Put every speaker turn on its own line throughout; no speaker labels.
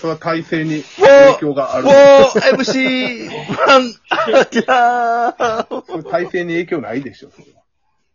それは体制に影響がある。
4MC1 アキラー
それ体制に影響ないで しょ、それは。
い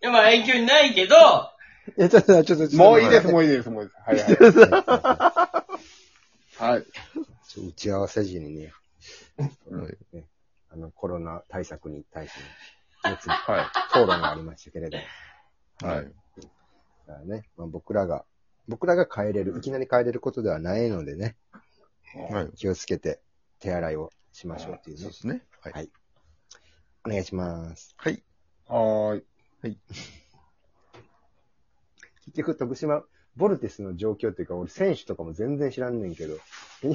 や、まあ影響ないけど、
え、ちょっと、ちょっと、
もういいです、
う
もういいです、もういいです。はい はい。はい。
打ち合わせ時にね、ねあの、コロナ対策に対しての、熱い
はい。
討論がありましたけれど。
はい。
だからね、まあ、僕らが、僕らが変えれる、いきなり変えれることではないのでね、
はい。
気をつけて手洗いをしましょうっていう
そう
ね
で。すね。はい。
はいお願いします。
はい。
はーい。
結局、徳島、ボルテスの状況っていうか、俺選手とかも全然知らんねんけど、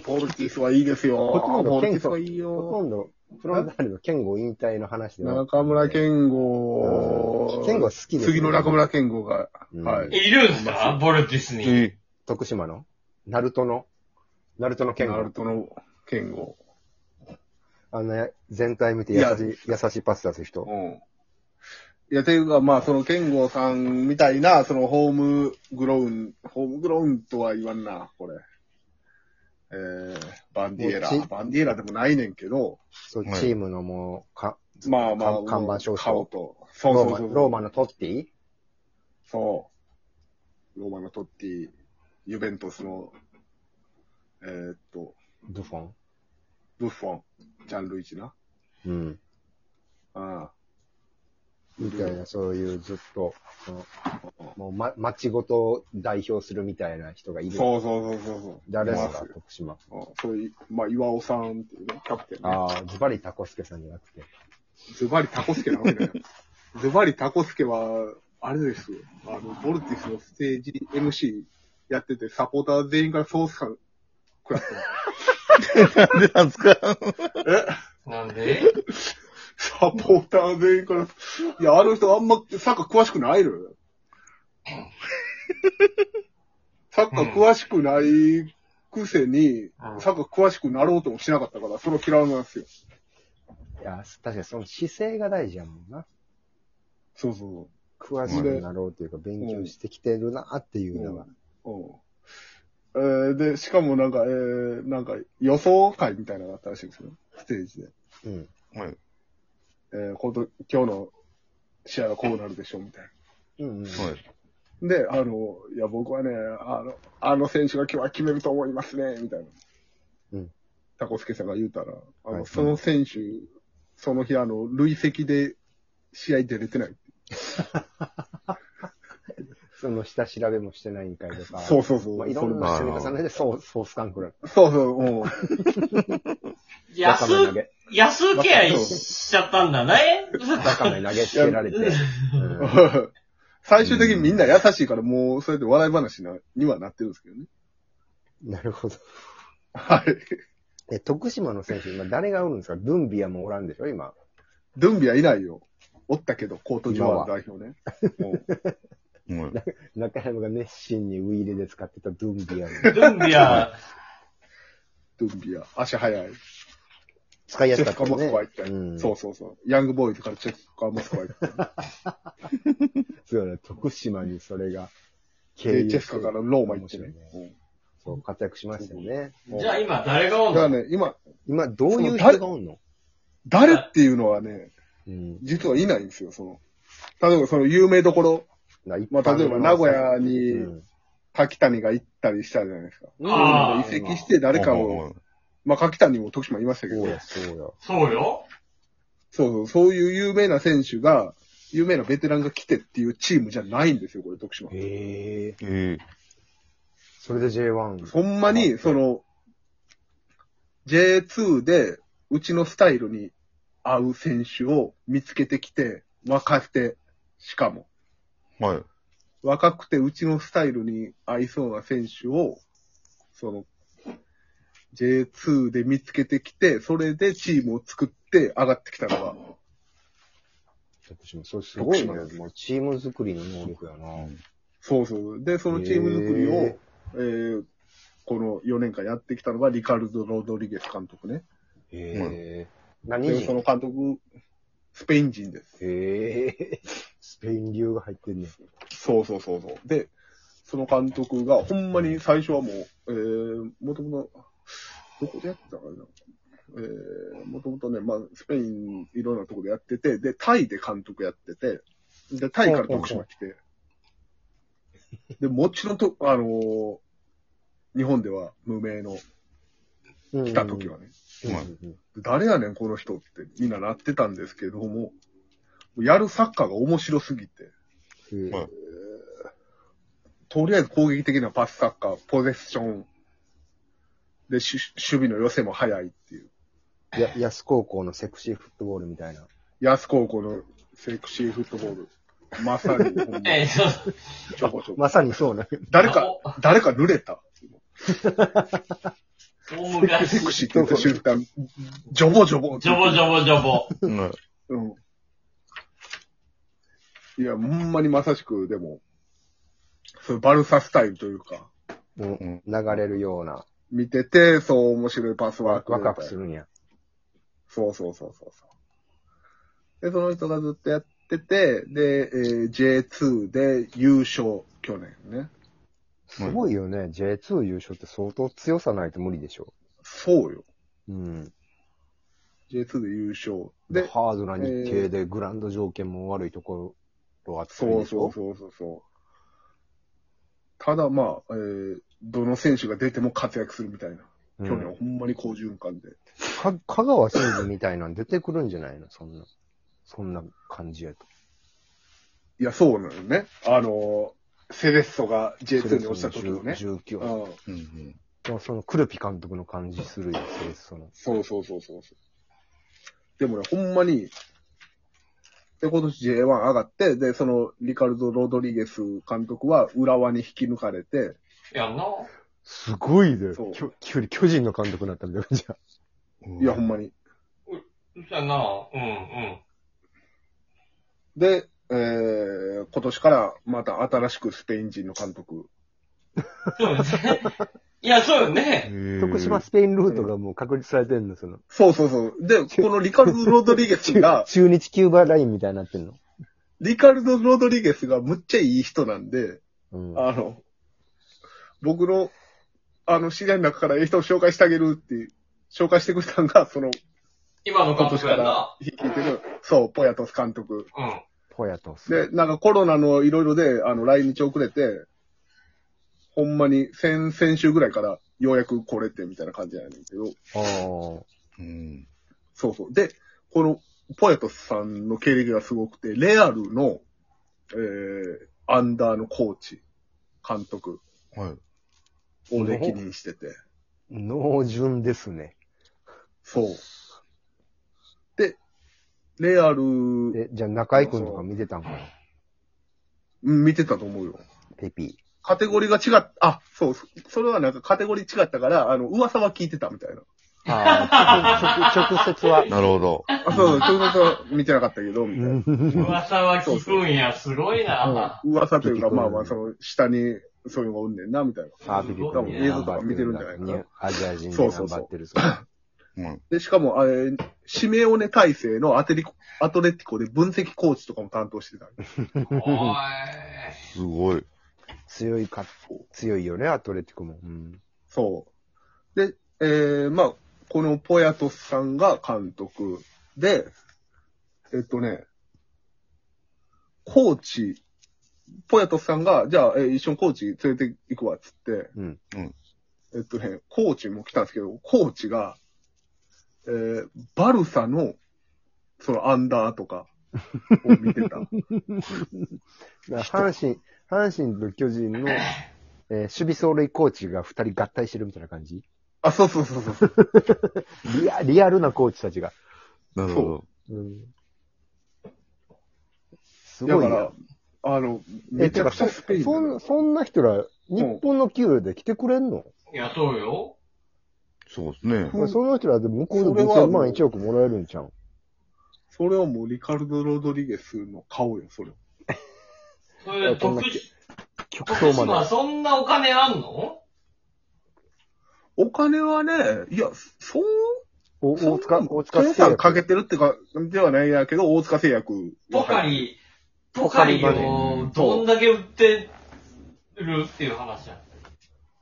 ポルティスはいいですよ。
ほとんど
ポルティスはいい
ほと
よ。
んど、フロンターレの健吾引退の話では。
中村健吾
うん健吾好きですね
次の中村健吾が。
うん
はい
いるんですかボルティスに。
え
徳島のナルトのナルトの
え。
健
ナル
吾。
トの健吾。
あんな全体見て
い
優
や
しい、優しいパス出す人
う。ん。いや、ていうか、まあ、その、健吾さんみたいな、その、ホームグロウン、ホームグロウンとは言わんな、これ。えー、バンディエラ
もうち。
バンディエラでもないねんけど、
そう、
はい
チームのもう、か、
まあまあ
看、看板商
顔
標。
と。そう
ロー
そう
マ、
そう。
ローマのトッティ
そう。ローマのトッティ、ユベントスの、えーっと、
ブフォン。
ブッフォン、ジャンルイチな。
うん。
うん。
みたいな、そういうずっと、そのもう、ま、町ごとを代表するみたいな人がいる。
そうそうそうそうそう。
誰ですか
い、
徳島。
ますうんそういう、まあ、岩尾さんっていうね、キャプテンね。
ああ、ズバリタコスケさんじゃなくて。
ズバリタコスケなわけだよ。ズバリタコスケは、あれですよ。あの、ボルティスのステージ MC やってて、サポーター全員からソースさん、食らった。
なんでなんですか
なんで
サポーター全員から、いや、あの人あんまサッカー詳しくないのよ。サッカー詳しくないくせに、サッカー詳しくなろうともしなかったから、それを嫌いなんですよ。
いや、確かにその姿勢が大事やもんな。
そうそ
詳しくなろうというか、勉強してきてるなっていうのが。
う。うん。えーで、しかもなんか、えーなんか予想会みたいなのがあったらしいんですよ。ステージで。
うん。
はい。
えー、今度今日の試合はこうなるでしょう、みたいな。
うんうん。
はい。
で、あの、いや、僕はね、あの、あの選手が今日は決めると思いますね、みたいな。
うん。
タコスケさんが言うたら、あの、
はい
その選手、その日、あの、累積で試合出れてない。
その下調べもしてないんかいとか。
そうそうそう。
まあ、いろんな
そ
積
れ
み
も
重ねでソーソース感くらい。
そうそう、うん。
わか
安
め投、げ。
安ケアしちゃったんだね。
わかめ投げつけられて。うん
最終的にみんな優しいから、もう、そうやって笑い話なにはなってるんですけどね。
なるほど。
はい。
え、徳島の選手、今誰がおるんですかルンビアもおらんでしょ今。
ドゥンビはいないよ。おったけど、コートジョア代表ね。うん
もう
中山が熱心にウィーレで使ってたルンビアも。
ルンビア、
ドゥンビは足早い。
使いや
チ
す
ェ
かっ
スカ
た
モス
ね
クワ行った。
うん。
そうそうそう。ヤングボーイズからチェスカモスクワ行った。
そうだね。徳島にそれが経
で、
由
チェスカからローマ行ってね。
そう、活躍しましたよね。
じゃあ今誰が
う
お
ん
ん
だから
の
ね、今、
今、どういう人がおんの
誰っていうのはね、
うん。
実はいないんですよ、その。例えばその有名どころ、
ま
まあ例えば名古屋に
うん
柿谷が行ったりしたじゃないですか。
あ
移籍して誰かを、、まあ柿谷も徳島いましたけ
そ
ど
う、や、そうや。
そうよ。
そうそう、そういう有名な選手が、有名なベテランが来てっていうチームじゃないんですよ、これ徳島。
へえ。
ええ
それで J1。
ほんまに、その、J2 で、うちのスタイルに合う選手を見つけてきて、若くて、しかも、
はい。
若くてうちのスタイルに合いそうな選手を、その、J2 で見つけてきて、それでチームを作って上がってきたのが、
徳島、それすごいね。もうチーム作りの能力やな。
そうそう。で、そのチーム作りを、
へ
えーこの4年間やってきたのがリカルド・ロドリゲス監督ね。
へえ。何
で、そ
人
の監督、スペイン人です。
へえ。スペイン流が入ってんね。
そうそうそうそう。で、その監督が、ほんまに最初はもう、えー、もともと、どこでやってたかな。えー、もともとね、まあ、スペイン、いろんなとこでやってて、で、タイで監督やってて、で、タイから徳島来て、で、もちろんと、あのー日本では無名の来た時はね、
うんうん
誰やねん、この人ってみんななってたんですけども、やるサッカーが面白すぎて、
うん。
はい
とりあえず攻撃的なパスサッカー、ポゼッション、で、し守備の寄せも早いっていう。
や安高校のセクシーフットボールみたいな。
安高校のセクシーフットボール。まさに、ほんま
ええ、そう。
ちょこちょこ
まさにそうね。
誰か、誰か濡れた。
大昔。
セクシーって言った瞬間、ジョボジョボ。
ジョボジョボジョボ。
はい。
うん。いや、ほんまにまさしく、でも、そういうバルサスタイルというか、
も
うん
う流れるような、
見てて、そう面白いパスワ
ワ
ー
ク
ク。
ワクするんや。
そうそうそうそうそう。で、その人がずっとやってて、で、えー J2 で優勝、去年ね。
すごいよね。J2 優勝って相当強さないと無理でしょ。
そうよ。
うん。
J2 で優勝。
で、
で、
ハードな日程でグラウンド条件も悪いところあったり
そ
で
う
し
そう
ょ。
そうそうそう。ただまあ、えーどの選手が出ても活躍するみたいな。
うん
去年はほんまに好循環で。
か香川真司みたいなの出てくるんじゃないのそんな。そんな感じやと。
いや、そうなのよね。あのーセレッソが J2 に落ちた時のね。
19
う。ん。
うんうん。
でもそのクルピ監督の感じするよ、セレッソの。
そうそうそうそうそう。でもね、ほんまに、で、今年 J1 上がって、で、その、リカルド・ロドリゲス監督は浦和に引き抜かれて、
やんな。
すごいで
そう
巨巨巨人の監督になったみたいなじゃ
いや、ほんまに。
やんな。うんうん。
で、えー、今年からまた新しくスペイン人の監督。
そうですね。いや、そうよ
へ
ね。
ー
ん。徳島スペインルートがもう確立されてんの、その。
そうそうそう。で、このリカルド・ロドリゲス
中、
が
中日キューバラインみたいになってんの。
リカルド・ロドリゲスがむっちゃいい人なんで、
うん。
あの、僕の、あの、知り合いの中からええ人を紹介してあげるって、紹介してくれたんが、その、
今の
今
監
年
督
か
やん
ら
な。
引いてる、そう、ポヤトス監督。
うん。
ポヤトス。
で、なんかコロナのいろいろで、あの、来日遅れて、ほんまに先、先週ぐらいからようやく来れてみたいな感じなんだけど、
ああ。
うん。
そうそう。で、この、ポヤトスさんの経歴がすごくて、レアルの、えー、アンダーのコーチ、監督
はい。
を歴任してて。
濃純ですね。
そう。で、レアル、うん
え、じゃあ中井くんとか見てたんかな
見てたと思うよ。
ペピ。
カテゴリーが違っ、あ、そう、そそれはなんかカテゴリー違ったから、あの、噂は聞いてたみたいな。
ああ、直直直接 は。
なるほど。
あ、そう、ちょうどそう見てなかったけど、みたいな。
噂は聞くんや。すごいな。
うん噂というか、まあまあ、その、下に、そういうのがおんねんな、みたいな。
ああ、ピピ
多分映像
とか見てるんじゃないかな
アジア人で
そうそうそう
頑張ってるそう。
うん。
で、しかも、あれ、シメオネ体制のアテリコ、アトレティコで分析コーチとかも担当してた。
おい。
すごい。
強いか、強いよね、アトレティコも。うん。
そう。で、えー、まあ、このポヤトスさんが監督で、えっとね、コーチ、ポヤトスさんが、じゃあ、えー一緒にコーチ連れて行くわ、っつって、
うん
うん
えっとね、コーチも来たんですけど、コーチが、えー、バルサの、そのアンダーとか、を見てた。
だから阪神、阪神と巨人の、えー守備走塁コーチが二人合体してるみたいな感じ
あ、そうそうそうそう。
リアリアルなコーチたちが。
なるほど。
うん。す
だ
ご
か
いな
ら。、あの、
え、
めち
て
ゃ
か、
くち
そ、
ゃスペインだ
そ
ね、
んそんな人ら、日本の給料で来てくれんの、
いや、そうよ。
そうですね。
うん
その人らで向こう
そ
で
れは
5000万1億もらえるんちゃう
それはもうリカルド・ロドリゲスの顔よ、それ。
それで、
こんな
徳
極
徳
東
島
ま
そんなお金あんの
お金はね、いや、そう、
で。お
そんな
大塚、大塚
計算かけ
て。
てるってか、ではないやけど、大塚製薬。
ポカリ、ポカリ
ポカリ
をどんだけ売ってるっていう話や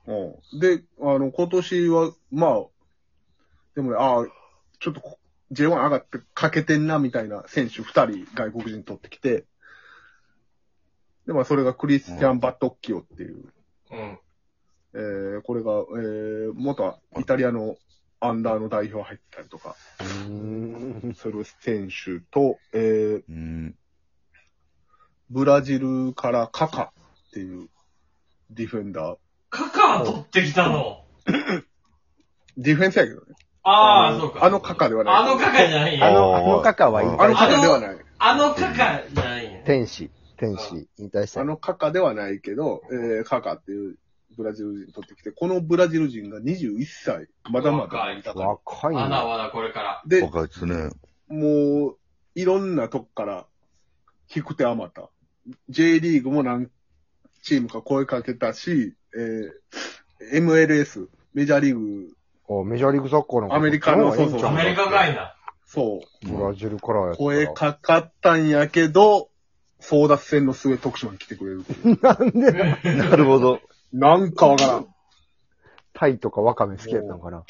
ん。
うん。で、あの、今年は、まあ、でもね、ああ、ちょっとこ J1 上がって欠けてんな、みたいな選手二人外国人取ってきて、で、まあ、それがクリスチャン・バットッキオっていう、
うん。
えー、これが、えー、元イタリアのアンダーの代表入ってたりとか、
うん。
する選手と、えー、
うん。
ブラジルからカカっていうディフェンダー。
カカア取ってきたの。
ディフェンスやけどね。
あ
あ
あ、
の
そうか。
あのカカではない
あのカカじゃない
あ
よ。
の、あのカカは引
あの
退
カカではない。
あのカカじゃないよ。
天使、天使、引退した
あ。のカカではないけど、えー、カカっていうブラジル人取ってきて、このブラジル人が21歳。まだまだだから。
若い
まだ
な。
まだこれから。
で、
若いですね。
もう、いろんなとこから、引く手あまた。J リーグも何チームか声かけたし、えー、MLS、メジャーリーグ、
こうメジャーリーグサッカーのこと
アメリカの
ええんち
そ
ゃ
うそう
アメリカかいな。
そう、
ブラジルからやったら
声かかったんやけど、争奪戦の末徳島に来てくれる。
なるほど。
なんかわからん。
タイとかワカメ好きやったんかな。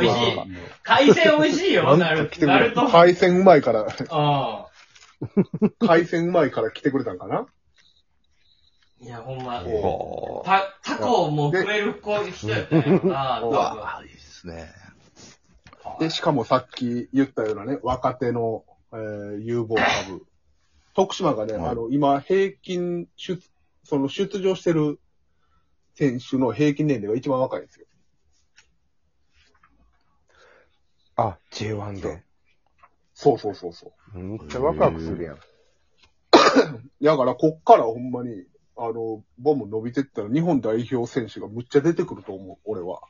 美味しい。海鮮美味しいよ、な
なん
る
か来てく
な
れ
る
る
と。。
海鮮うまいから、
あ
海鮮うまいから来てくれたんかな
あ。いや、ほんま。
は
た、タコも食える子人やったんやろな、
で
多
あ。
う
分。
わあ、いいですね。
で、しかもさっき言ったようなね、若手の、えー、有望株。徳島がね、
はい
あの、今、平均出、その出場してる選手の平均年齢が一番若いんですよ。
あ、J1 で。
そうそうそうそう。
めっちゃワクワクするやん。
だから、こっからほんまに、あの、ボム伸びてったら日本代表選手がむっちゃ出てくると思う、俺は。